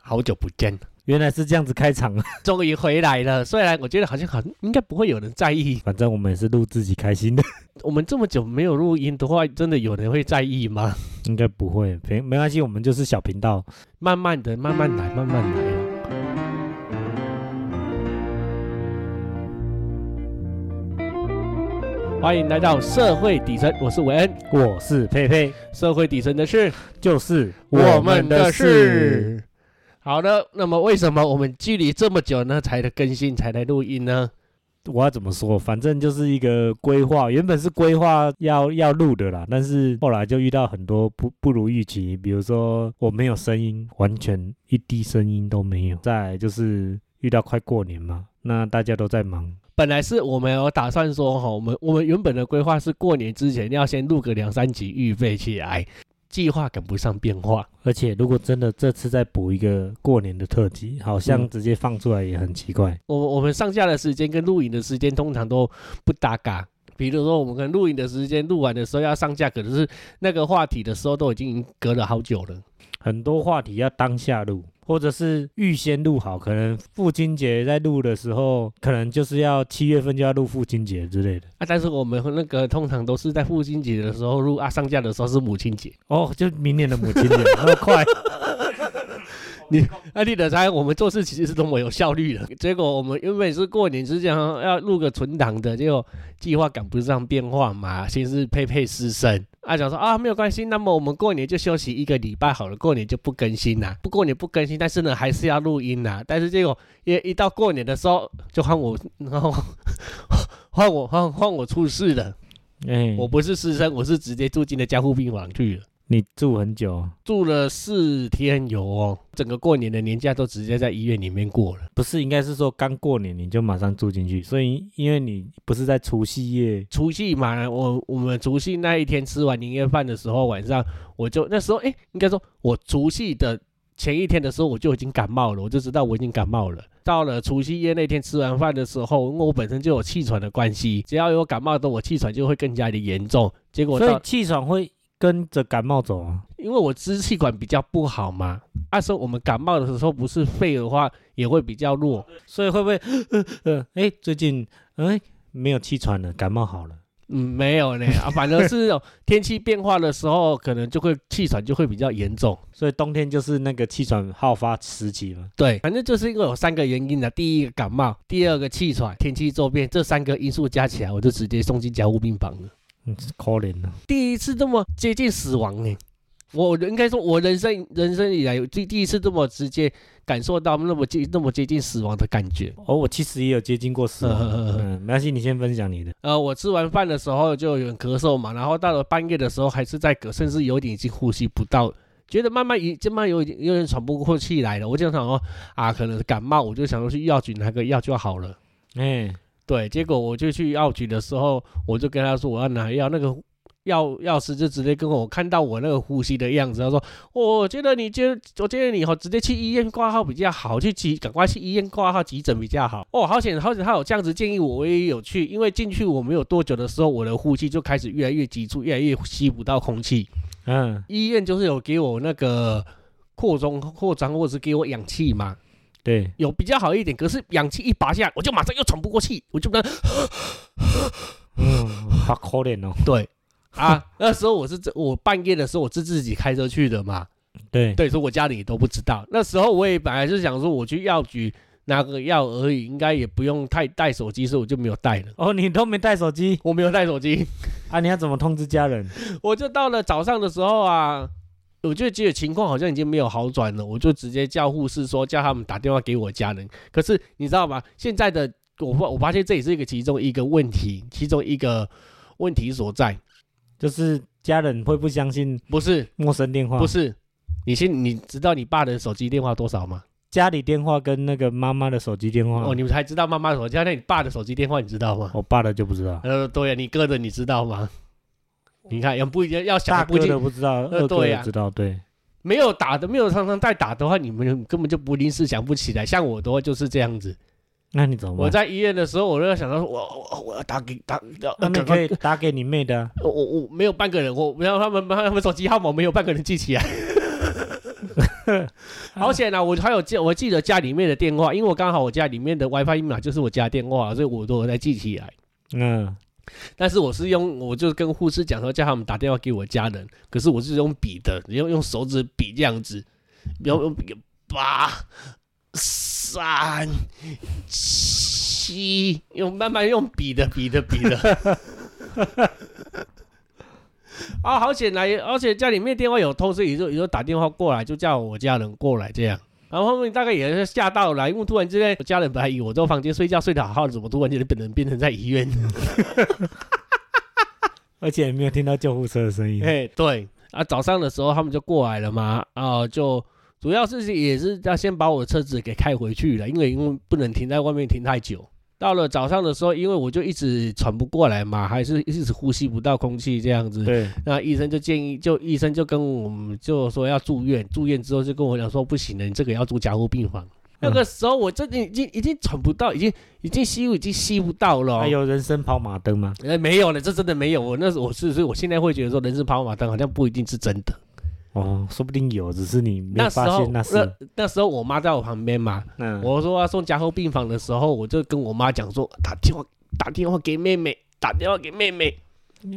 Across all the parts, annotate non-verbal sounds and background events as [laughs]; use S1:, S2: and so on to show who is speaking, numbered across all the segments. S1: 好久不见，
S2: 原来是这样子开场， [laughs]
S1: 终于回来了。虽然我觉得好像很应该不会有人在意，
S2: 反正我们也是录自己开心的， [laughs]
S1: 我们这么久没有录音的话，真的有人会在意吗？
S2: 应该不会，没没关系，我们就是小频道。
S1: 慢慢的，慢慢来，慢慢来哦。欢迎来到社会底层，我是韦恩。
S2: 我是佩佩，
S1: 社会底层的事，
S2: 就是事。。
S1: 好的，那么为什么我们距离这么久呢，才来更新，才来录音呢？
S2: 我要怎么说？反正就是一个规划，原本是规划要要录的啦，但是后来就遇到很多不不如预期，比如说我没有声音，完全一滴声音都没有。再来就是遇到快过年嘛，那大家都在忙，
S1: 本来是我们有打算说哈，我们我们原本的规划是过年之前要先录个两三集预备起来，计划赶不上变化。
S2: 而且如果真的这次再补一个过年的特辑，好像直接放出来也很奇怪。
S1: 我们我们上架的时间跟录影的时间通常都不搭嘎。比如说，我们可能录影的时间录完的时候要上架，可能是那个话题的时候都已经隔了好久了。
S2: 很多话题要当下录，或者是预先录好，可能父亲节在录的时候，可能就是要七月份就要录父亲节之类的。
S1: 啊，但是我们那个通常都是在父亲节的时候录啊，上架的时候是母亲节。
S2: 哦，就明年的母亲节，那么快，
S1: 那你的猜我们做事其实是多么有效率的。结果我们原本是过年之前要录个存档的，结果计划赶不上变化嘛，先是佩佩失身。啊，想说啊，没有关系，那么我们过年就休息一个礼拜好了，过年就不更新啦。不过年不更新，但是呢还是要录音啦。但是结果一一到过年的时候，就换我，然后换我换换我出事了。
S2: 哎、
S1: 我不是失身，我是直接住进了加护病房去了。
S2: 你住很久，
S1: 住了四天游哦，整个过年的年假都直接在医院里面过了。
S2: 不是应该是说刚过年你就马上住进去，所以因为你不是在除夕夜，
S1: 除夕嘛，我我们除夕那一天吃完年夜饭的时候，晚上我就那时候，哎、应该说我除夕的前一天的时候，我就已经感冒了，我就知道我已经感冒了。到了除夕夜那天吃完饭的时候，因为我本身就有气喘的关系，只要有感冒的，我气喘就会更加的严重。结果
S2: 所以
S1: 到，
S2: 气喘会跟着感冒走啊。
S1: 因为我支气管比较不好嘛，那时候我们感冒的时候，不是肺的话也会比较弱，
S2: 所以会不会，呃，哎、最近哎、没有气喘了，感冒好了，
S1: 嗯，没有呢，啊，反而是有天气变化的时候，可能就会气喘就会比较严重。
S2: 所以冬天就是那个气喘好发时期嘛。
S1: 对，反正就是因为有三个原因的，啊第一个感冒，第二个气喘，天气骤变，这三个因素加起来，我就直接送进加护病房了。
S2: 嗯，可怜啊，
S1: 第一次这么接近死亡呢、我应该说，我人生人生以来有第第一次这么直接感受到那么接那么接近死亡的感觉。
S2: 哦，我其实也有接近过死亡。
S1: 嗯嗯嗯
S2: 嗯，没关系，你先分享你的。
S1: 呃，我吃完饭的时候就有点咳嗽嘛，然后到了半夜的时候还是在咳，甚至有点已经呼吸不到，觉得慢慢已慢慢有点有点喘不过气来了。我就想说啊，可能是感冒，我就想说去药局拿个药就好了。
S2: 哎、
S1: 对，结果我就去药局的时候，我就跟他说我要拿药，那个药药师就直接跟我看到我那个呼吸的样子，他说：“我觉得你就我觉得你哦，直接去医院挂号比较好，去急赶快去医院挂号急诊比较好。”哦，好险，好险，他有这样子建议我，我也有去，因为进去我没有多久的时候，我的呼吸就开始越来越急促，越来越吸不到空气。
S2: 嗯，
S1: 医院就是有给我那个扩充扩张，或者是给我氧气嘛。
S2: 对，
S1: 有比较好一点，可是氧气一拔下来，我就马上又喘不过气，我就不能
S2: 嗯， [laughs] 好可怜哦。
S1: 对啊，那时候我是自我半夜的时候我是自己开车去的嘛，
S2: 对，
S1: 对，所以我家里也都不知道。那时候我也本来是想说我去药局拿个药而已，应该也不用太带手机，所以我就没有带了。
S2: 哦，你都没带手机
S1: 我没有带手机， [laughs]
S2: 啊？你要怎么通知家人？
S1: 我就到了早上的时候啊，我就觉得情况好像已经没有好转了，我就直接叫护士说叫他们打电话给我家人。可是你知道吗？现在的我发我发现这也是一个其中一个问题，其中一个问题所在，
S2: 就是家人会不相信
S1: 不是
S2: 陌生电话，
S1: 不是，你先你知道你爸的手机电话多少吗？
S2: 家里电话跟那个妈妈的手机电话。
S1: 哦，你们才知道妈妈的手机，那你爸的手机电话你知道吗？
S2: 我爸的就不知道，
S1: 呃，对呀、你哥的你知道吗？你看，要不一定要
S2: 大
S1: 想不
S2: 哥
S1: 一
S2: 的
S1: 定
S2: 不知道，
S1: 呃
S2: 二哥
S1: 对
S2: 的
S1: 呀
S2: 知道，对。
S1: 没有打的，没有常常在打的话，你们根本就不临时想不起来。像我的话就是这样子，
S2: 那你怎么办？
S1: 我在医院的时候，我就想到说，我我我要打给打，要
S2: 那你
S1: 赶
S2: 可
S1: 快
S2: 以打给你妹的啊、
S1: 我我我没有半个人，我然后他们他们手机号码没有半个人记起来。 [laughs] 好险啊！我还有记，我记得家里面的电话，因为我刚好我家里面的 WiFi 密码就是我家电话，所以我都有在记起来。
S2: 嗯，
S1: 但是我是用，我就跟护士讲说，叫他们打电话给我家人，可是我是用笔的，用用手指比这样子，用用笔八三七，用慢慢用笔的笔的笔的。 [laughs] 啊，好险来！而且家里面电话有通知，也就也就打电话过来，就叫我家人过来这样。然后后面大概也是吓到了，因为突然之间，我家人本来以为我在房间睡觉睡得好好的，怎么突然间变成变成在医院？
S2: 而且也没有听到救护车的声音。
S1: 哎，对啊，早上的时候他们就过来了嘛，啊、就主要是也是要先把我的车子给开回去了，因为因为不能停在外面停太久。到了早上的时候，因为我就一直喘不过来嘛，还是一直呼吸不到空气这样子。
S2: 对，
S1: 那医生就建议，就医生就跟我们就说要住院，住院之后就跟我讲说不行了，你这个要住加护病房。那个时候我真的已经已经喘不到，已经已经吸入已经吸不到了哦。
S2: 还有人生跑马灯吗？
S1: 哎，没有了，这真的没有。我那时候我是，所以我现在会觉得说，人生跑马灯好像不一定是真的。
S2: 哦，说不定有，只是你没
S1: 那时
S2: 发
S1: 候
S2: 现那是。
S1: 那那时候我妈在我旁边嘛，
S2: 嗯，
S1: 我说要送加护病房的时候，我就跟我妈讲说，打电话打电话给妹妹，打电话给妹妹。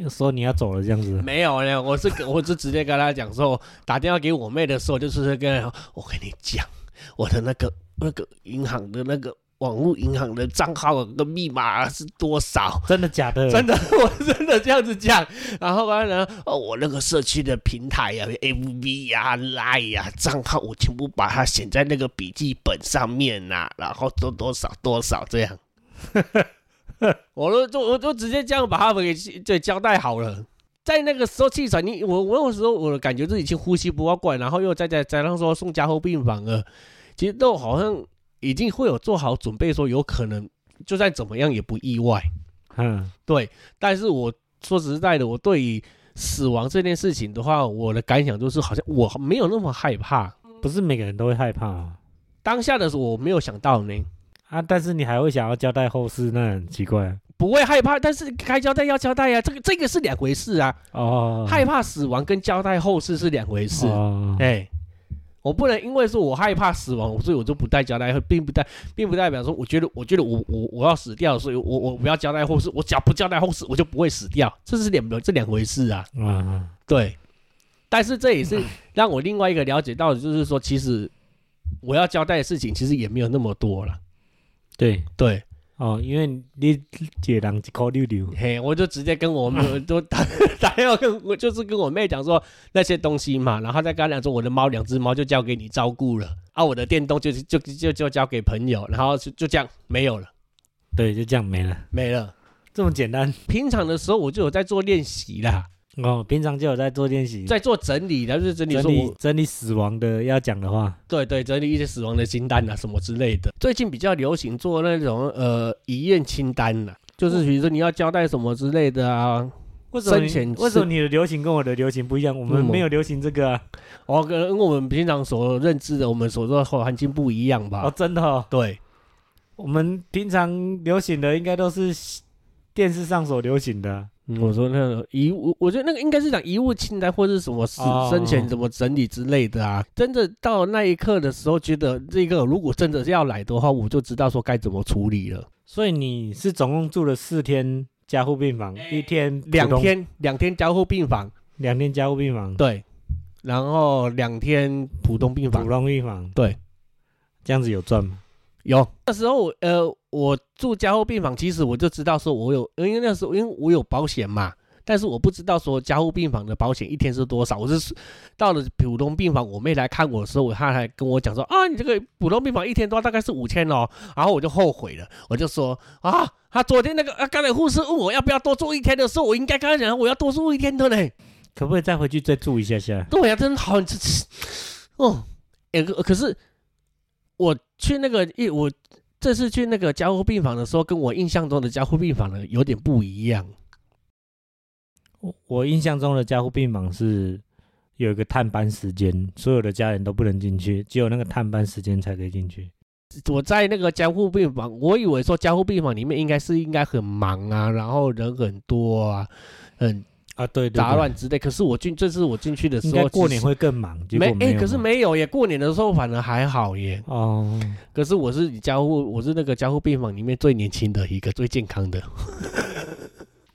S2: 说你要走了这样子。
S1: 没有呢，我是跟我是直接跟她讲说，打电话给我妹的时候，就是跟她说，我跟你讲，我的那个那个银行的那个网络银行的账号跟密码是多少。
S2: 真的假的？
S1: 真的， [laughs] 我真的这样子讲。然后完了，哦，我那个社区的平台呀、FB 呀、Line 呀、账号，我全部把它写在那个笔记本上面呐、然后多多少多少这样。我都就我就直接这样把他们给对交代好了。在那个时候气喘，你我我那时候我感觉自己已经呼吸不过过来，然后又再再加上说送加护病房了，其实都好像已经会有做好准备，说有可能就算怎么样也不意外。
S2: 嗯，
S1: 对，但是我说实在的，我对于死亡这件事情的话，我的感想就是好像我没有那么害怕。
S2: 不是每个人都会害怕啊，
S1: 当下的时候我没有想到呢，
S2: 啊但是你还会想要交代后事，那很奇怪。
S1: 不会害怕，但是该交代要交代呀、啊，这个这个是两回事啊。
S2: 哦，
S1: 害怕死亡跟交代后事是两回事。
S2: 哦，
S1: 哎，我不能因为说我害怕死亡，所以我就不带交代，并不代，并不代表说我觉得，我觉得我我我要死掉，所以我我不要交代后事，我只要不交代后事，我就不会死掉，这是两这两回事啊。
S2: 嗯，
S1: 对，但是这也是让我另外一个了解到的，就是说，其实我要交代的事情其实也没有那么多了。
S2: 对，
S1: 对，
S2: 哦，因为你解人一口溜溜，
S1: 嘿，我就直接跟我妹都 [laughs] 打打电话跟我就是跟我妹讲说那些东西嘛，然后再跟她讲说我的猫两只猫就交给你照顾了，啊，我的电动就就就就交给朋友，然后就就这样没有了，
S2: 对，就这样没了，
S1: 没了。
S2: 这么简单。
S1: 平常的时候我就有在做练习啦，
S2: 哦，平常就有在做练习，
S1: 在做整理啦，就是整理
S2: 整
S1: 说
S2: 理
S1: 我
S2: 整理死亡的要讲的话，
S1: 对对，整理一些死亡的清单啊，什么之类的。最近比较流行做那种呃遗愿清单呐、
S2: 哦
S1: 就是比如说你要交代什么之类的啊。
S2: 为什么
S1: 生前
S2: 你
S1: 是嗯
S2: 为什么你的流行跟我的流行不一样？我
S1: 为
S2: 们
S1: 什么
S2: 没有流行这个啊！
S1: 哦，可能跟我们平常所认知的，我们所说的环境不一样吧。
S2: 哦，真的哦，
S1: 对，
S2: 我们平常流行的应该都是电视上所流行的啊。
S1: 嗯我说那个遗物，我觉得那个应该是讲遗物清单或是什么死
S2: 哦
S1: 生前怎么整理之类的啊。真的到那一刻的时候，觉得这个如果真的是要来的话，我就知道说该怎么处理了。
S2: 所以你是总共住了四天加护病房，一天哎普通嗯
S1: 两，天，两天交互病房，
S2: 两天加护病房，
S1: 对，然后两天普通病房
S2: 普。通病房，
S1: 对，
S2: 这样子有赚吗？
S1: 有那时候我呃，我住加护病房，其实我就知道说我有，因为那时候因为我有保险嘛，但是我不知道说加护病房的保险一天是多少。我是到了普通病房，我妹来看我的时候，她还跟我讲说啊，你这个普通病房一天多大概是五千哦，然后我就后悔了，我就说啊，她昨天那个啊，刚才护士问我要不要多住一天的时候，我应该跟她讲我要多住一天的嘞。
S2: 可不可以再回去再住一下下？
S1: 对呀、真的好，这这哦，哎、可可是我去那个一我这次去那个加护病房的时候，跟我印象中的加护病房呢有点不一样。
S2: 我我印象中的加护病房是有一个探班时间，所有的家人都不能进去，只有那个探班时间才可以进去。
S1: 我在那个加护病房，我以为说加护病房里面应该是应该很忙啊，然后人很多啊，很
S2: 啊，对对对
S1: 杂乱之类。可是我进这次我进去的时
S2: 应
S1: 候
S2: 该，过
S1: 其
S2: 年
S1: 实
S2: 会更忙，结
S1: 没
S2: 果
S1: 哎、
S2: 有
S1: 可是
S2: 嘛
S1: 没有耶，过年的时候反而还好耶。
S2: 哦，
S1: 可是我是加护，我是那个加护病房里面最年轻的一个，最健康的，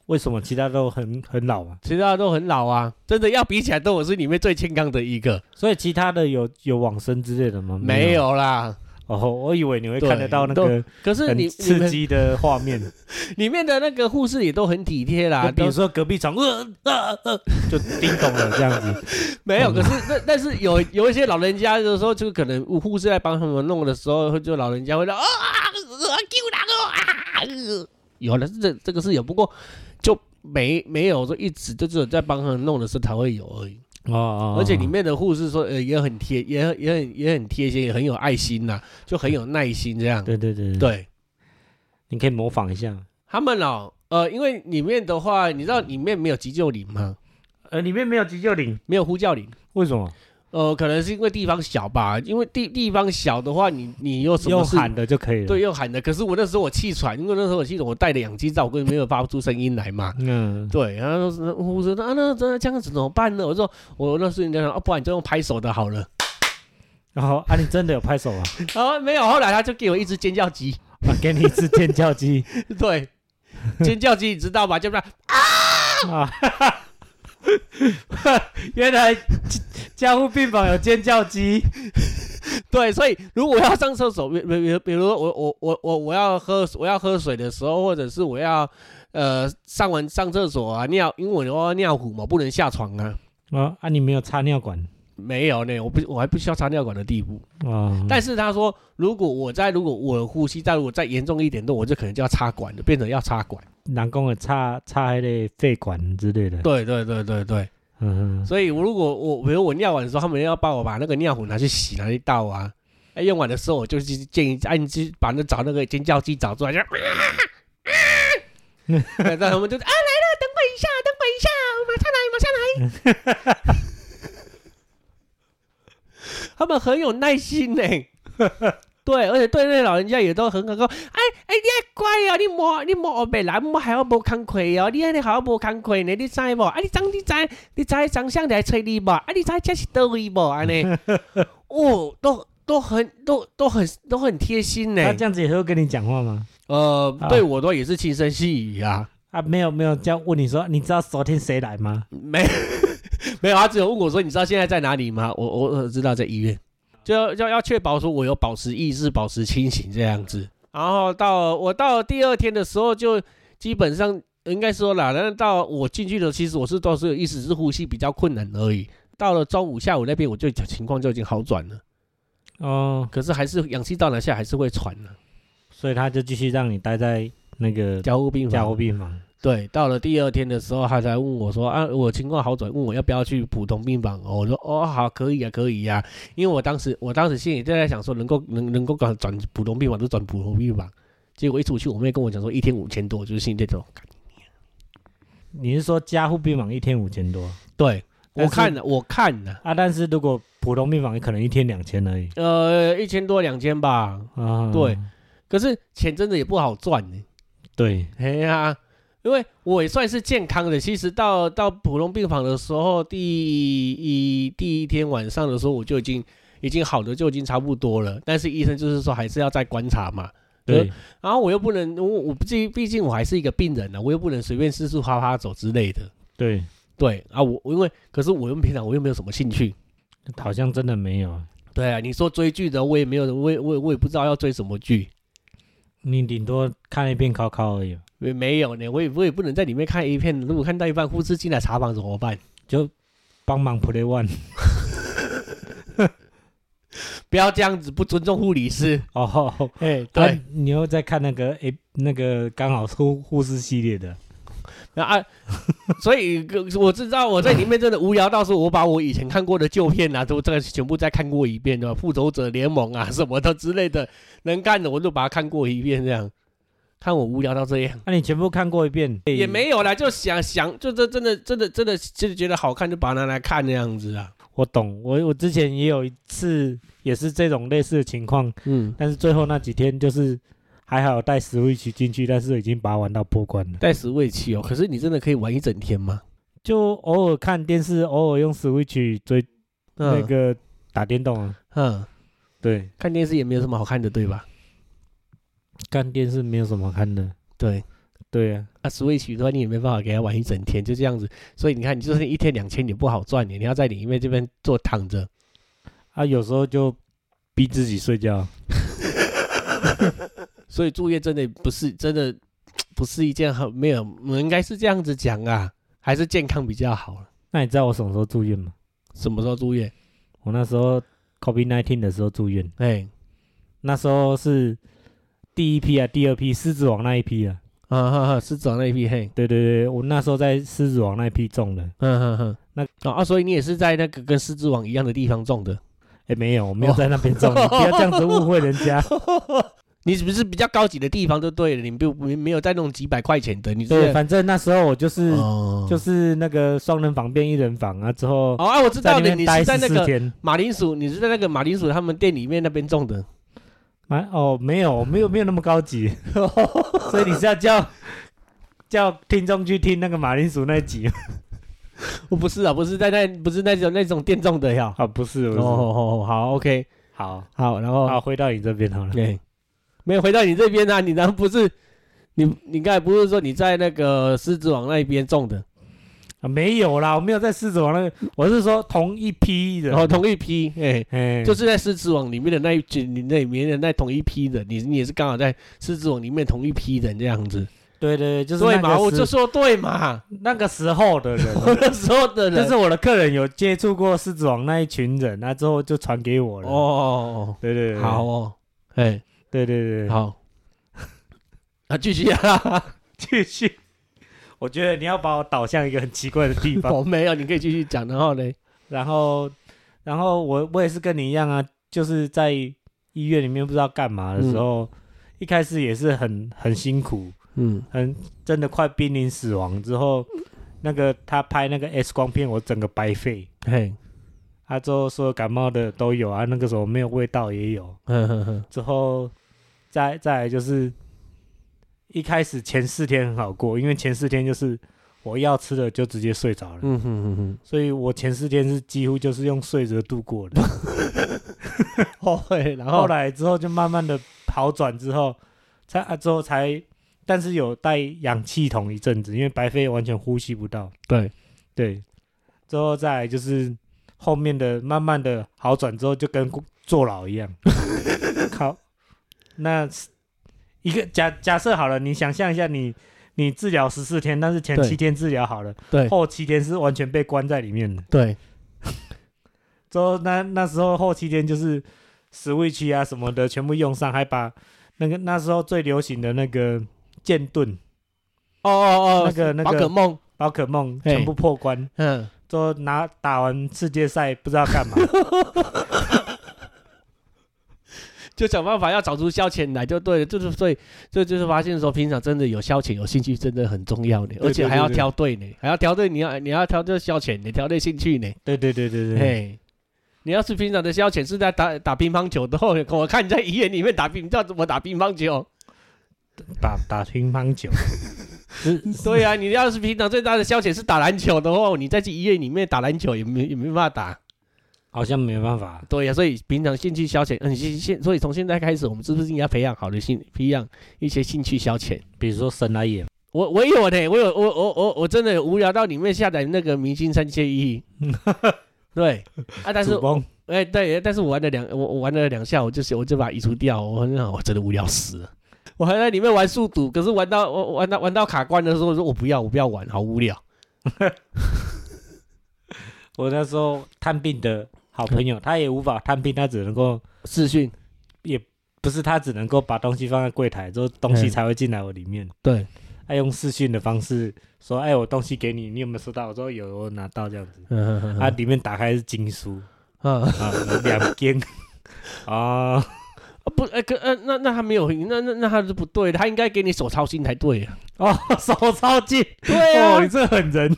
S2: 为什么其他都很很老啊？
S1: 其他都很老啊。真的要比起来，都我是里面最健康的一个，
S2: 所以其他的有有往生之类的吗？
S1: 没
S2: 有
S1: 有啦。
S2: 哦，我以为你会
S1: 对
S2: 看得到那个
S1: 可是你
S2: 很
S1: 你
S2: 刺
S1: 们
S2: 激的画
S1: [laughs]
S2: 面，啊
S1: 里面的那个护士也都很体贴啦，
S2: 就比
S1: 都
S2: 如说隔壁床，呃呃呃，就叮咚了这样子。
S1: [laughs] 没有，可是那但是有有一些老人家的时候，就可能护士在帮他们弄的时候，就老人家会说啊，救人啊！有的是这这个是有，不过就没没有说一直就只有在帮他们弄的时候才会有而已。
S2: 哦哦，
S1: 而且里面的护士说，呃，也很贴，也很也很也很贴心，也很有爱心呐、就很有耐心这样。
S2: 对对对，
S1: 对
S2: 你可以模仿一下。
S1: 他们哦，呃，因为里面的话，你知道里面没有急救铃吗？
S2: 呃，里面没有急救铃，
S1: 没有呼叫铃。
S2: 为什么？
S1: 呃，可能是因为地方小吧，因为地地方小的话，你你有什么
S2: 用
S1: 事
S2: 喊的就可以了。
S1: 对，用喊的。可是我那时候我气喘，因为那时候我气喘，我戴了氧气罩，我根本没有发不出声音来嘛。
S2: 嗯，
S1: 对，然后是护士说啊，那这这样子怎么办呢？我说我那时候人家说啊，不然你就用拍手的好了。
S2: 然后啊，你真的有拍手啊？ [laughs]
S1: 然后没有，后来他就给我一只尖叫鸡，
S2: 啊，给你一只尖叫鸡
S1: 对，尖叫鸡你知道吧？就不然
S2: [laughs] 啊！ [laughs] 原来加护病房有尖叫鸡，
S1: [laughs] 对，所以如果我要上厕所，比比比比如说我我我我我要喝我要喝水的时候，或者是我要呃上完上厕所啊尿，因为我要尿壶嘛，不能下床啊。
S2: 啊啊！你没有插尿管
S1: 没有呢，我不我还不需要插尿管的地步。
S2: 啊？
S1: 但是他说，如果我再如果我呼吸再如果再严重一点的，我就可能就要插管了，变成要插管。
S2: 南宫的插插迄个肺管之类的。
S1: 对对对对对，
S2: 嗯，
S1: 所以我如果我比如我尿完的时候，他们要帮我把那个尿壶拿去洗拿去倒啊。哎，用完的时候我就去建议按去把那找那个尖叫鸡找出来，就啊啊，对然后他们就啊来了，等我一下，等我一下，马上来，马上来。他们很有耐心呢、对，而且对那老人家也都很好，说，哎哎，你还乖哦，你莫你莫学白啦，莫还要无工课哦，你安尼还要无工课呢，你知无？啊，你怎你知？你知长相来催你无？啊，你知这是倒位无？安尼，哦，都都很都都很都很贴心呢、
S2: 他这样子也会跟你讲话吗？
S1: 呃
S2: 啊，
S1: 对我都也是轻声细语啊，
S2: 啊，没有没有，这样问你说，你知道昨天谁来吗？
S1: 没 [laughs] 没有，他只有问我说，你知道现在在哪里吗？我我我知道在医院，就要就要确保说我有保持意识、保持清醒这样子。然后到我到第二天的时候，就基本上应该说啦，但是到我进去的，其实我是都是有意识，只是呼吸比较困难而已。到了中午、下午那边，我就情况就已经好转了，
S2: 哦，
S1: 可是还是氧气到拿下还是会喘啊呢、
S2: 所以他就继续让你待在那个
S1: 加护病
S2: 加
S1: 房
S2: 护病房。
S1: 对，到了第二天的时候，他才问我说：“啊，我情况好转，问我要不要去普通病房。”哦，我说：“哦，好，可以啊，可以啊。”因为我当时，我当时心里就在想说能，够能能够转转普通病房就转普通病房。结果一出去，我妹跟我讲说一天五千多，就是心里这种。干
S2: 你是说加护病房一天五千多
S1: 对，
S2: 但
S1: 我
S2: 是
S1: 看了，我看了，
S2: 啊？但是如果普通病房可能一天两千而已
S1: 呃，一千多两千吧。
S2: 啊。
S1: 对可是钱真的也不好赚呢、
S2: 对，
S1: 哎呀，因为我也算是健康的。其实到到普通病房的时候，第一第一天晚上的时候，我就已经已经好的就已经差不多了。但是医生就是说还是要再观察嘛。
S2: 对，
S1: 然后我又不能，我我毕竟毕竟我还是一个病人呢、啊我又不能随便四处啪啪走之类的。
S2: 对，
S1: 对啊，我我因为可是我又平常我又没有什么兴趣。
S2: 好像真的没有。
S1: 对啊，你说追剧的我也没有，我也我也我也不知道要追什么剧，
S2: 你顶多看一遍考考而已，
S1: 也没有呢，我也我也不能在里面看 A 片。如果看到一半护士进来查房怎么办？
S2: 就帮忙 play one [laughs]
S1: 不要这样子，不尊重护理师。
S2: 哦。
S1: 哎，
S2: 啊，你又在看那个诶，那个刚好是护护士系列的，
S1: 那啊， [laughs] 所以呃我知道我在里面真的无聊到是，我把我以前看过的旧片啊，都这个全部再看过一遍，对吧？复仇者联盟啊什么的之类的，能看的我就把它看过一遍，这样看我无聊到这样。
S2: 啊那、你全部看过一遍
S1: 也。没有啦，就想想，就这真的真的真的就是觉得好看，就把它拿来看那样子啊。
S2: 我懂，我我之前也有一次也是这种类似的情况，
S1: 嗯，
S2: 但是最后那几天就是还好带 Switch 进去，但是已经把它玩到破关了。
S1: 带十位器哦，可是你真的可以玩一整天吗？
S2: 就偶尔看电视，偶尔用 Switch 追
S1: 嗯
S2: 那个打电动啊。
S1: 嗯，
S2: 对，
S1: 看电视也没有什么好看的，对吧？
S2: 看电视没有什么好看的。
S1: 对，
S2: 对啊，
S1: 啊，Switch 的话你也没办法给他玩一整天，就这样子。所以你看，你就是一天两千也不好赚你你要在里面这边坐躺
S2: [laughs]
S1: 着，
S2: 啊，有时候就逼自己睡觉。
S1: 所以住院真的不是真的不是一件很没有，我应该是这样子讲啊，还是健康比较好。
S2: 那你知道我什么时候住院吗？
S1: 什么时候住院？
S2: 我那时候 COVID 1 9的时候住院，
S1: 哎，
S2: 那时候是第一批啊，第二批狮子王那一批啊。
S1: 啊哈哈，是长那一批嘿，
S2: 对对对，我那时候在狮子王那一批中的。
S1: 嗯哼哼，
S2: 那
S1: 那啊，所以你也是在那个跟狮子王一样的地方种的， [laughs]
S2: 哎，没有，我没有在那边中，你不要这样子误会人家。
S1: 你是不是比较高级的地方就对了，你不没没有在那种几百块钱的，你是
S2: 对，反正那时候我就是
S1: 哦，
S2: 就是是那个双人房变一人房啊，之后
S1: 哦啊，我知
S2: 在
S1: 道
S2: 那
S1: 了，
S2: 边
S1: 你
S2: 待
S1: 是
S2: 十
S1: 在那
S2: 四
S1: 个
S2: 天。
S1: 马铃薯，你是在那个马铃薯他们店里面那边种的，
S2: 啊哦，
S1: [laughs]
S2: 没有，没有，没有那么高级，所以你是要叫叫听众去听那个马铃薯那一集 [laughs] 吗
S1: 我不是啊，不是在那不是那种那种店种的呀，
S2: 啊？不是，
S1: 哦
S2: 不是。
S1: 哦哦好，OK，
S2: 好，
S1: 好，然后
S2: 好，回到你这边好了。
S1: 对，没有回到你这边啊，你难不是你你刚才不是说你在那个狮子王那边种的？
S2: 啊没有啦，我没有在狮子王那个，我是说同一批人
S1: 然，后哦同一批，哎、
S2: 哎，
S1: 就是在狮子王里面的那一群，你那里面的那同一批人，你你也是刚好在狮子王里面同一批人这样子，
S2: 对对，对就是
S1: 对
S2: 那个
S1: 嘛？我
S2: 时
S1: 就说对嘛，，
S2: 那个时候的人
S1: [laughs] 那时候的人
S2: 就是我的客人有接触过狮子王那一群人，那之后就传给我了。
S1: 哦，
S2: 对，对对，对
S1: 好，哦，哎，
S2: 对对对，对
S1: 好， [laughs] 啊，继
S2: [laughs]
S1: 续啊，
S2: 继续。 [laughs] 我觉得你要把我导向一个很奇怪的地
S1: [laughs]
S2: 方，
S1: 我没有，你可以继续讲，然后嘞，
S2: 然后，然后我我也是跟你一样啊，就是在医院里面不知道干嘛的时候，一开始也是很很辛苦，
S1: 嗯，
S2: 很真的快濒临死亡之后，那个他拍那个 X 光片，我整个白费，
S1: 嘿，
S2: 啊之后所有感冒的都有啊，那个时候没有味道也有，
S1: 哼哼哼，
S2: 之后再再来就是一开始前四天很好过，因为前四天就是我要吃的就直接睡着了，
S1: 嗯哼哼哼，
S2: 所以我前四天是几乎就是用睡着度过的。
S1: 哦嘿，然
S2: 后
S1: 后，
S2: 来之后就慢慢的好转之后，才啊之后才，但是有带氧气筒一阵子，因为白肺完全呼吸不到。
S1: 对，
S2: 对，之后再来就是后面的慢慢的好转之后，就跟坐
S1: [laughs]
S2: 牢一样。靠，那是一个假假设好了，你想象一下你，你治疗十四天，但是前
S1: 对
S2: 七天治疗好了，
S1: 对，
S2: 后七天是完全被关在里面的。
S1: 对，
S2: 之后那那时候后七天就是 Switch 啊什么的全部用上，还把那个那时候最流行的那个剑盾、
S1: 哦哦哦，
S2: 那个那
S1: 宝可
S2: 个
S1: 梦，
S2: 宝可梦
S1: 嘿
S2: 全部破关，
S1: 嗯，
S2: 之后拿打完世界赛不知道 [laughs] 干嘛，
S1: 就想办法要找出消遣来就对了，就是所以这就是发现说，平常真的有消遣、有兴趣真的很重要呢，
S2: 对
S1: 而且还要挑对呢，还要挑对，你要你要挑对消遣，你挑对兴趣呢，
S2: 对对对对对，
S1: 嘿。你要是平常的消遣是在打打乒乓球的话，我看你在医院里面打乒，你知道怎么打乒乓球？
S2: 打打乒乓球，
S1: 对啊，你要是平常最大的消遣是打篮球的话，你再去医院里面打篮球也没也没办法打。
S2: 好像没办法，
S1: 对呀、啊所以平常兴趣消遣，嗯，现现所以从现在开始，我们是不是应该培养好的兴，培养一些兴趣消遣？
S2: 比如说神来也，
S1: 我我有呢，我有我我我我真的无聊到里面下载那个《明星三缺一》，对啊，但是
S2: 主攻
S1: 哎、对，但是我玩了两我我玩了两下，我就是我就把它移除掉，我那我真的无聊死了。我还在里面玩速读，可是玩到我玩到玩到卡关的时候，我说我不要我不要玩，好无聊。
S2: 我那时候探病的好朋友，他也无法探病，他只能够
S1: 视讯
S2: 不是他只能够把东西放在柜台，之后东西
S1: 嗯
S2: 才会进来我里面。
S1: 对，
S2: 他用视讯的方式说：“哎，我东西给你，你有没有收到？”我说：“有，我拿到这样子。”
S1: 嗯 [laughs]
S2: 它、
S1: 啊
S2: 里面打开是经 [laughs] 书
S1: 啊
S2: 啊，两 [laughs] 间啊，
S1: 不哎、可呃那那他没有那那那他是不对的，他应该给你手抄心才对啊。
S2: 哦， [laughs] 手抄近，
S1: [laughs] 对啊
S2: 哦，你这狠人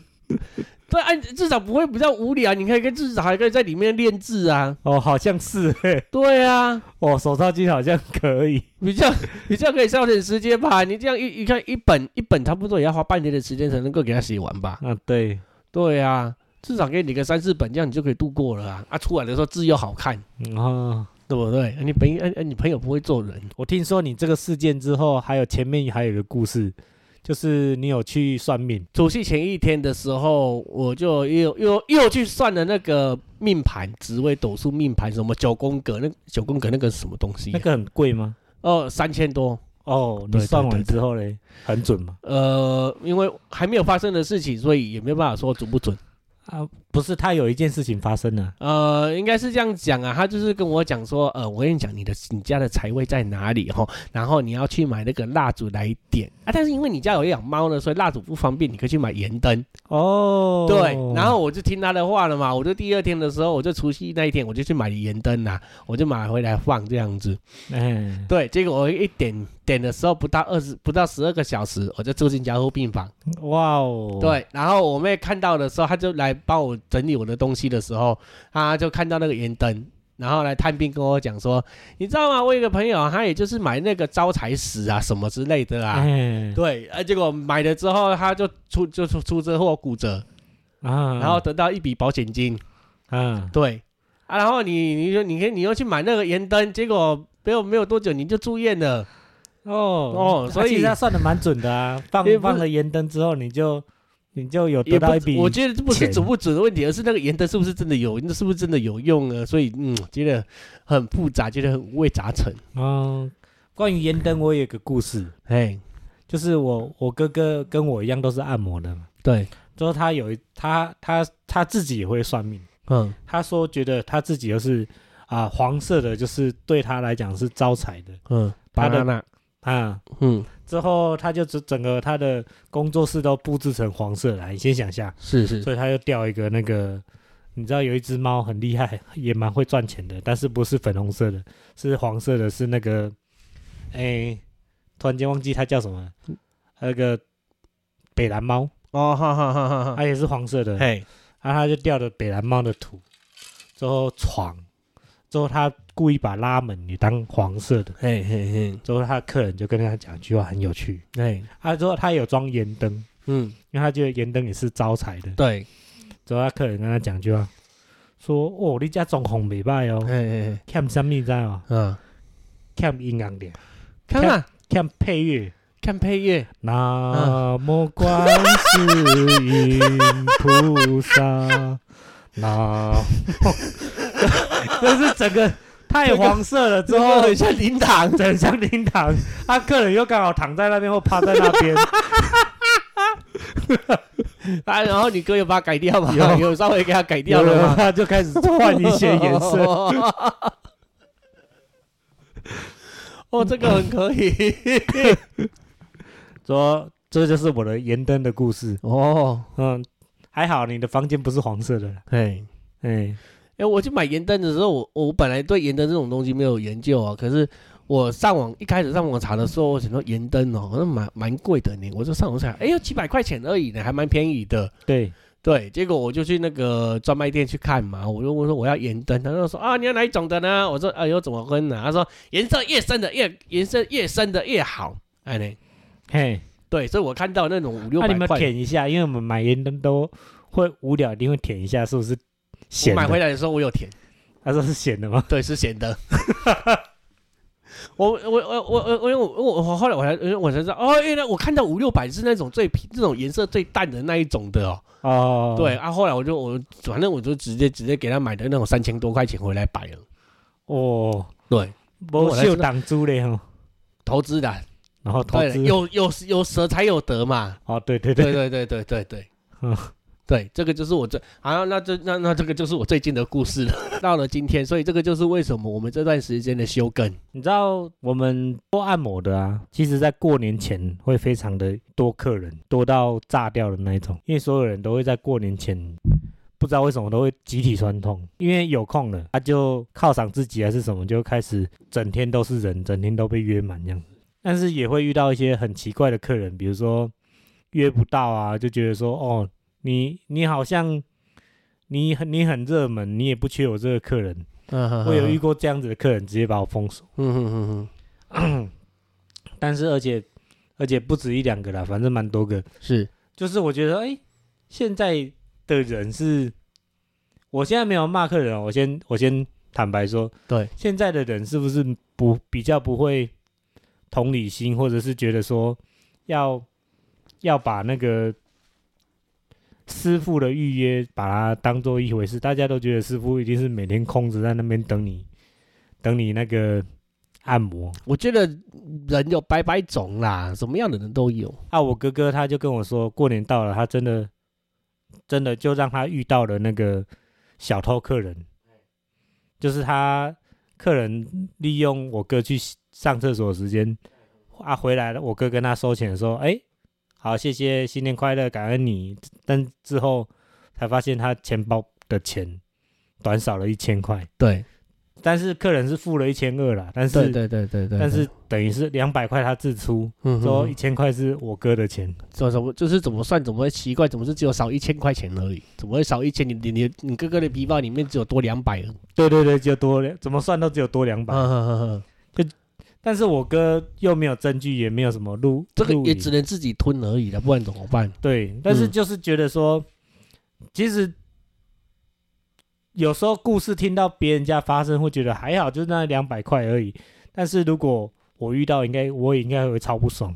S1: 对啊，至少不会比较无聊，你可以跟至少还可以在里面练字啊。
S2: 哦，好像是嘿，
S1: 对 [laughs] 啊，
S2: 哦，手抄近好像可以，
S1: 你这样，你这样可以消点时间吧？你这样一一看一本一本，差不多也要花半年的时间才能够给他写完吧？
S2: 啊，对，
S1: 对啊，至少给你个三四本，这样你就可以度过了啊。啊，出来的时候字又好看，
S2: 嗯啊，
S1: 对不对？啊你朋友，啊啊你朋友不会做人，
S2: 我听说你这个事件之后，还有前面还有一个故事，就是你有去算命，
S1: 除夕前一天的时候，我就又又又去算了那个命盘紫微斗数命盘，什么九宫格，那九宫格那个是什么东西、啊
S2: 那个很贵吗？
S1: 哦，三千多。
S2: 嗯哦，你
S1: 对对
S2: 算
S1: 对
S2: 完
S1: 对
S2: 之后嘞，很准吗？
S1: 呃，因为还没有发生的事情，所以也没有办法说准不准。
S2: 啊，不是，他有一件事情发生了，
S1: 呃，应该是这样讲啊，他就是跟我讲说，呃，我跟你讲，你的你家的财位在哪里哈，然后你要去买那个蜡烛来点啊，但是因为你家有养猫呢，所以蜡烛不方便，你可以去买盐灯。
S2: 哦，
S1: 对，然后我就听他的话了嘛，我就第二天的时候，我就除夕那一天，我就去买盐灯啦，我就买回来放这样子。
S2: 哎，
S1: 对，结果我一点点的时候，不到二十，不到十二个小时，我就住进加护病房。
S2: 哇哦，，
S1: 对，然后我妹看到的时候，她就来帮我整理我的东西的时候，她就看到那个盐灯，然后来探病跟我讲说，你知道吗？我有一个朋友啊，他也就是买那个招财石啊什么之类的啊。
S2: 哎，
S1: 对，啊，结果买了之后，他就出就出出车祸骨折，
S2: 啊，
S1: 然后得到一笔保险金。
S2: 啊，
S1: 对啊，然后你你就你可以你又去买那个盐灯，结果没有没有多久你就住院了。
S2: 哦
S1: 哦所以
S2: 其实他算的蛮准的 [laughs] 啊，放
S1: 也不是
S2: 放了盐灯之后，你就你就有
S1: 也
S2: 得
S1: 不
S2: 到一笔，
S1: 我觉得这不是
S2: 钱
S1: 准不准的问题，而是那个盐灯是不是真的有，那是不是真的有用啊？所以嗯，觉得很复杂，觉得很五味杂陈。
S2: 嗯，关于盐灯，我有一个故事，
S1: 哎，
S2: 就是我我哥哥跟我一样都是按摩的嘛，
S1: 对，
S2: 就是他有一他他他自己也会算命，
S1: 嗯，
S2: 他说觉得他自己就是啊、黄色的，就是对他来讲是招财的
S1: 嗯，巴
S2: 他的
S1: 拿那，
S2: 啊。
S1: 嗯，
S2: 之后他就整整个他的工作室都布置成黄色了，你先想一下，
S1: 是是，
S2: 所以他就掉一个那个，你知道有一只猫很厉害，也蛮会赚钱的，但是不是粉红色的，是黄色的，是那个，哎、突然间忘记它叫什么了，那个北蓝猫，
S1: 哦，哈哈哈哈
S2: 它
S1: 哈，
S2: 也是黄色的，然后
S1: 嘿，
S2: 它就掉了北蓝猫的图，之后床，之后他故意把拉门也当黄色的，
S1: 嘿嘿嘿，
S2: 之后他的客人就跟他讲一句话很有趣，啊
S1: 哎，
S2: 他说他有装盐灯，
S1: 嗯，
S2: 因为他觉得盐灯也是招财的，
S1: 对，
S2: 之后他客人跟他讲一句话，说：“哦，你家装潢袂歹
S1: 嘿
S2: 哦，
S1: 嘿嘿，
S2: 欠什么你知道吗？
S1: 嗯，
S2: 欠音乐的，
S1: 看啊，
S2: 欠配乐。
S1: 看配乐，
S2: 那么观世音菩萨，那 [laughs] 这是整个太黄色了之
S1: 之后
S2: 后，
S1: 哦很像灵堂，
S2: 整箱灵堂，他、客人又刚好躺在那边或趴在那边，
S1: [laughs] 啊，然后你哥有把它改掉吗？
S2: 有
S1: 有稍微给他改掉
S2: 掉
S1: 了
S2: 了
S1: 吗？
S2: 他就开始换一些颜色。
S1: 哦，这个很可以
S2: 说这就是我的盐灯的故事。
S1: 哦。
S2: 嗯，还好你的房间不是黄色的啦。
S1: 哎，
S2: 哎，
S1: 哎，我去买盐灯的时候，我我本来对盐灯这种东西没有研究啊，可是我上网一开始上网查的时候，我想到盐灯哦，那蛮蛮贵的呢，我就上网查，哎呦，几百块钱而已呢，还蛮便宜的。
S2: 对，
S1: 对，结果我就去那个专卖店去看嘛，我就问说我要盐灯，他就说啊你要哪一种的呢？我说哎呦怎么分呢、他说颜色越深的越颜色越深的越好，哎呢，
S2: 嘿，
S1: 对，所以我看到那种五六
S2: 那、
S1: 百
S2: 啊你们
S1: 块，
S2: 舔一下，因为我们买盐灯都会无聊，一定会舔一下，是不是
S1: 我
S2: 咸的？
S1: 买回来的时候我有甜，
S2: 他说是咸的吗？
S1: 对，是咸的。 [laughs] 我我我我我我因为我我我后来我才我才知道哦，原来我看到五六百是那种最平这种颜色最淡的那一种的哦。
S2: 哦，
S1: 对，啊，后来我就我反正我就直接直接给他买的那种三千多块钱回来摆了。
S2: 哦，
S1: 对，
S2: 我秀挡猪嘞吼，
S1: 投资的啊，
S2: 然后投
S1: 对
S2: 资，
S1: 有有有舍才有得嘛。
S2: 哦，对对
S1: 对
S2: 对，
S1: 对对对对对
S2: 嗯。
S1: 对，这个就是我最啊，那这那那这个就是我最近的故事了。 [laughs] 到了今天，所以这个就是为什么我们这段时间的休更。
S2: 你知道我们做按摩的啊，其实在过年前会非常的多客人，多到炸掉的那一种，因为所有人都会在过年前。不知道为什么都会集体酸痛，因为有空了，他就犒赏自己还是什么，就开始整天都是人，整天都被约满这样子。但是也会遇到一些很奇怪的客人，比如说约不到啊，就觉得说哦，你你好像你很你很热门，你也不缺我这个客人。
S1: 我
S2: 我有遇过这样子的客人，直接把我封锁。
S1: 嗯哼哼哼，
S2: [coughs] 但是而且而且不止一两个啦，反正蛮多个。
S1: 是
S2: 就是我觉得，哎、现在的人是，我现在没有骂客人哦，我先我先坦白说，
S1: 对，
S2: 现在的人是不是不比较不会同理心，或者是觉得说要要把那个师傅的预约把它当做一回事，大家都觉得师傅一定是每天空着在那边等你，等你那个按摩。
S1: 我觉得人有百百种啦，什么样的人都有。
S2: 啊，我哥哥他就跟我说，过年到了，他真的真的就让他遇到了那个小偷客人，就是他客人利用我哥去洗上厕所的时间啊，回来了，我哥跟他收钱说，哎、好，谢谢，新年快乐，感恩你。但之后才发现他钱包的钱短少了一千块，
S1: 对，
S2: 但是客人是付了一千二啦，但是
S1: 对对对对对。
S2: 但是等于是两百块他自出，
S1: 嗯哼
S2: 说
S1: 哼
S2: 一千块是我哥的钱。
S1: 怎怎么就是怎么算怎么会奇怪，怎么是只有少一千块钱而已？怎么会少一千？你你你你哥哥的皮包里面只有多两百？嗯
S2: 对对对，就多了怎么算都只有多两百、
S1: 哼哼哼，
S2: 但是我哥又没有证据，也没有什么录，
S1: 这个
S2: 录
S1: 也
S2: 影
S1: 只能自己吞而已了，不然怎么办？
S2: 对，但是
S1: 嗯
S2: 就是觉得说，其实有时候故事听到别人家发生，会觉得还好，就是那两百块而已。但是如果我遇到，应该我也应该会超不爽。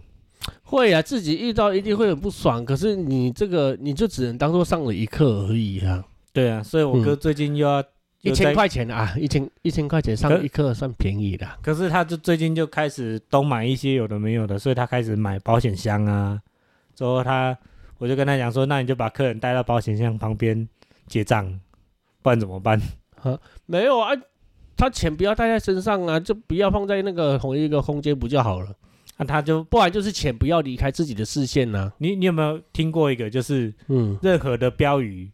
S1: 会啊，自己遇到一定会很不爽，可是你这个你就只能当做上了一课而已啊。
S2: 对啊，所以我哥
S1: 嗯
S2: 最近又要、
S1: 一
S2: 又
S1: 千
S2: 在，
S1: 块钱啊，一千一千块钱
S2: 可
S1: 上一课算便宜的。
S2: 可是他就最近就开始东买一些有的没有的，所以他开始买保险箱啊。之后他我就跟他讲说，那你就把客人带到保险箱旁边结账，不然怎么办？ [laughs]
S1: 没有啊，他钱不要带在身上啊，就不要放在那个同一个空间不就好了？
S2: 那、他就
S1: 不然就是钱不要离开自己的视线啊呐、
S2: 你你有没有听过一个，就是
S1: 嗯，
S2: 任何的标语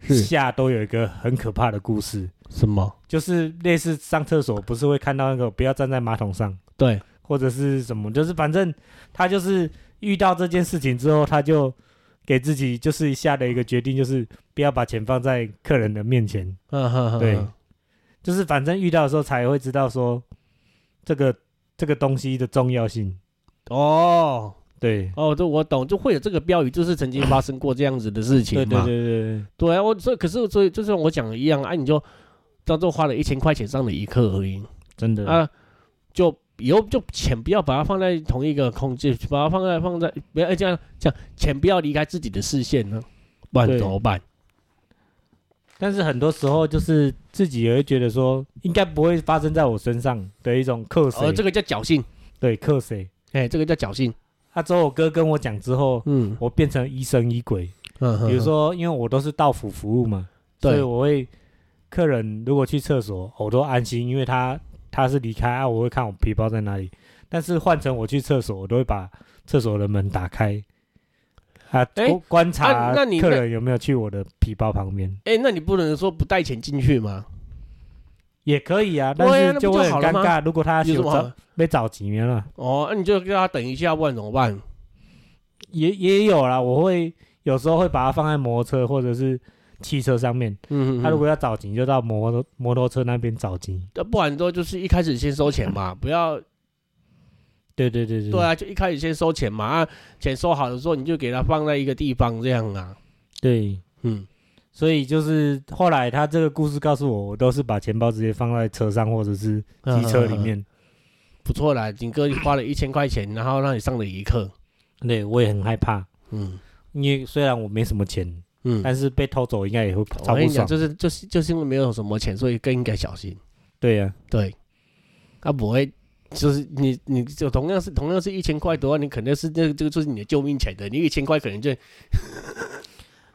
S1: 是
S2: 下都有一个很可怕的故事，
S1: 什么？
S2: 就是类似上厕所不是会看到那个不要站在马桶上，
S1: 对，
S2: 或者是什么，就是反正他就是遇到这件事情之后，他就给自己就是下了一个决定，就是不要把钱放在客人的面前，
S1: 嗯哼哼，
S2: 对
S1: 哼
S2: 就是反正遇到的时候才会知道说这个这个东西的重要性。
S1: 哦
S2: 对，
S1: 哦，这我懂，就会有这个标语，就是曾经发生过这样子的事情
S2: 对
S1: 嘛。
S2: 对对对
S1: 对啊，我这可是所以就像我讲的一样啊，你就当做花了一千块钱上的一课而已
S2: 真的
S1: 啊，就以后就钱不要把它放在同一个空间，把它放在放在不要哎这样这样，钱不要离开自己的视线呢、不然
S2: 对
S1: 怎么办？
S2: 但是很多时候就是自己也会觉得说，应该不会发生在我身上的一种克谁、
S1: 哦，这个叫侥幸，
S2: 对克谁。
S1: 哎、这个叫侥幸，
S2: 啊，之后我哥跟我讲之后，
S1: 嗯，
S2: 我变成疑神疑鬼。
S1: 比
S2: 比如说，因为我都是到府服务嘛，
S1: 嗯对
S2: 所以我会客人如果去厕所，我都安心，因为他他是离开啊，我会看我皮包在哪里。但是换成我去厕所，我都会把厕所的门打开，啊，
S1: 诶
S2: 观观察
S1: 啊那你那
S2: 客人有没有去我的皮包旁边，
S1: 哎、那你不能说不带钱进去吗？
S2: 也可以啊，
S1: 对啊
S2: 但
S1: 那
S2: 是
S1: 不就
S2: 就会很
S1: 好了
S2: 尴
S1: 吗
S2: 尬。如果他
S1: 有什
S2: 啊有
S1: 么
S2: 找
S1: 好？
S2: 被找急面了，
S1: 哦，那、你就叫他等一下，不然怎么办？
S2: 也也有啦，我会有时候会把它放在摩托车或者是汽车上面。
S1: 嗯，
S2: 他、
S1: 嗯
S2: 如果要找急，就到摩托摩托车那边找急。
S1: 要啊不然都就是一开始先收钱嘛，不要
S2: 对对对对
S1: 对啊，就一开始先收钱嘛，啊，钱收好的时候你就给他放在一个地方这样啊，
S2: 对，
S1: 嗯，
S2: 所以就是后来他这个故事告诉我，我都是把钱包直接放在车上或者是
S1: 嗯
S2: 机车里面。
S1: 不错啦，景哥你花了一千块钱，然后让你上了一课，
S2: 对我也很害怕，
S1: 嗯
S2: 因为虽然我没什么钱，
S1: 嗯，
S2: 但是被偷走应该也会
S1: 我
S2: 超
S1: 跟
S2: 哎不
S1: 你讲，
S2: 爽。
S1: 就是就是就是因为没有什么钱，所以更应该小心，
S2: 对啊呀、
S1: 对，他不会。就是你，你就同样是同样是一千块的话，你肯定是这个这个就是你的救命钱的，你一千块可
S2: 嗯
S1: 能就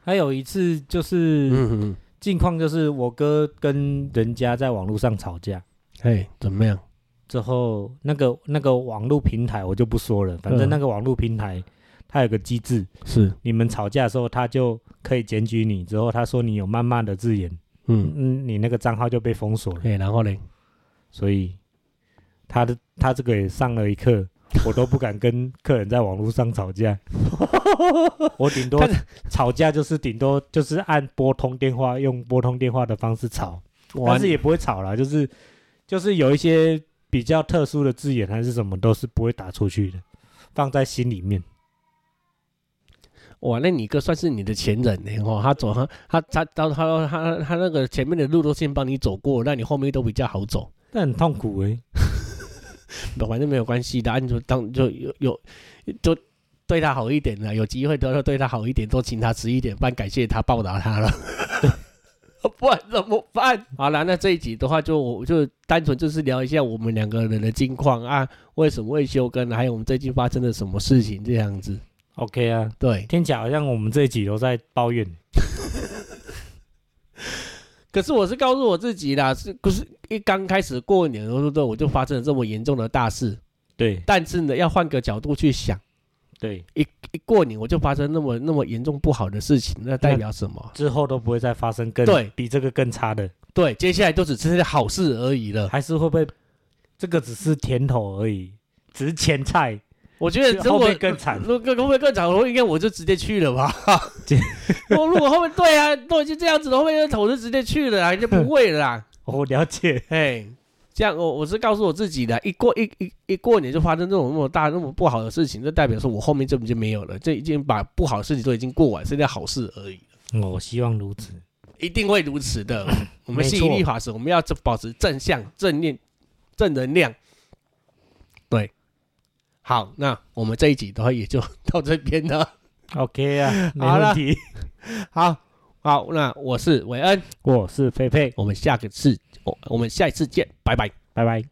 S2: 还有一次就是
S1: 嗯嗯，
S2: 近况，就是我哥跟人家在网络上吵架，
S1: 哎，怎么样？
S2: 之后，那个那个网络平台我就不说了，反正
S1: 嗯
S2: 那个网络平台它有个机制，
S1: 是，
S2: 你们吵架的时候，他就可以检举你。之后他说你有谩骂的字眼，
S1: 嗯，
S2: 嗯，你那个账号就被封锁了。
S1: 哎，然后
S2: [laughs]
S1: 嘞，
S2: 所以他的他这个也上了一课，我都不敢跟客人在网络上吵架。 [laughs] 我顶多
S1: 看
S2: 吵架就是顶多就是按拨通电话，用拨通电话的方式吵，但是也不会吵啦，就是就是有一些比较特殊的字眼还是什么，都是不会打出去的，放在心里面。
S1: 哇，那你哥算是你的前人呢、哦，他走他他他到他他他那个前面的路都先帮你走过，那你后面都比较好走， [laughs]
S2: 但很痛苦哎、
S1: 反正没有关系的，啊、你就当就有有就对他好一点了，有机会都要对他好一点，多请他吃一点饭，感谢他报答他了。 [laughs] 不然怎么办？ [laughs] 好了，那这一集的话就，我就单纯就是聊一下我们两个人的近况啊，为什么会休更，还有我们最近发生了什么事情这样子。
S2: OK 啊，
S1: 对，
S2: 听起来好像我们这一集都在抱怨。
S1: 可是我是告诉我自己啦，是不是一刚开始过年的时候，我就发生了这么严重的大事？
S2: 对
S1: 但是呢，要换个角度去想，
S2: 对，
S1: 一过年我就发生那么那么严重不好的事情，那代表什么？
S2: 之后都不会再发生更
S1: 对
S2: 比这个更差的，
S1: 对，接下来就只是好事而已了。
S2: 还是会被这个只是甜头而已，只是前菜，
S1: 呃我觉得如
S2: 后
S1: 果
S2: 面
S1: [laughs]
S2: 更惨。
S1: 如果后面更惨，我应该我就直接去了
S2: [laughs]
S1: 吧。我如果后面对啊，都已经这样子了，后面我就直接去了啊，就不会了啦。
S2: 我哦了解，
S1: 哎，这样我我是告诉我自己的，一过一一一过年就发生这种那么大那么不好的事情，这代表说我后面根本就没有了，这已经把不好的事情都已经过完，剩下好事而已，
S2: 我希望如此。
S1: 一定会如此的。我们
S2: 没错
S1: 吸引力法则，我们要保持正向、正念、正能量。对，好，那我们这一集的话也就到这边了。
S2: OK 啊，没
S1: 好了
S2: 问题。
S1: 好，好，那我是韦恩，
S2: 我是佩佩，
S1: 我们下个次，我我们下一次见，拜拜。
S2: 拜拜。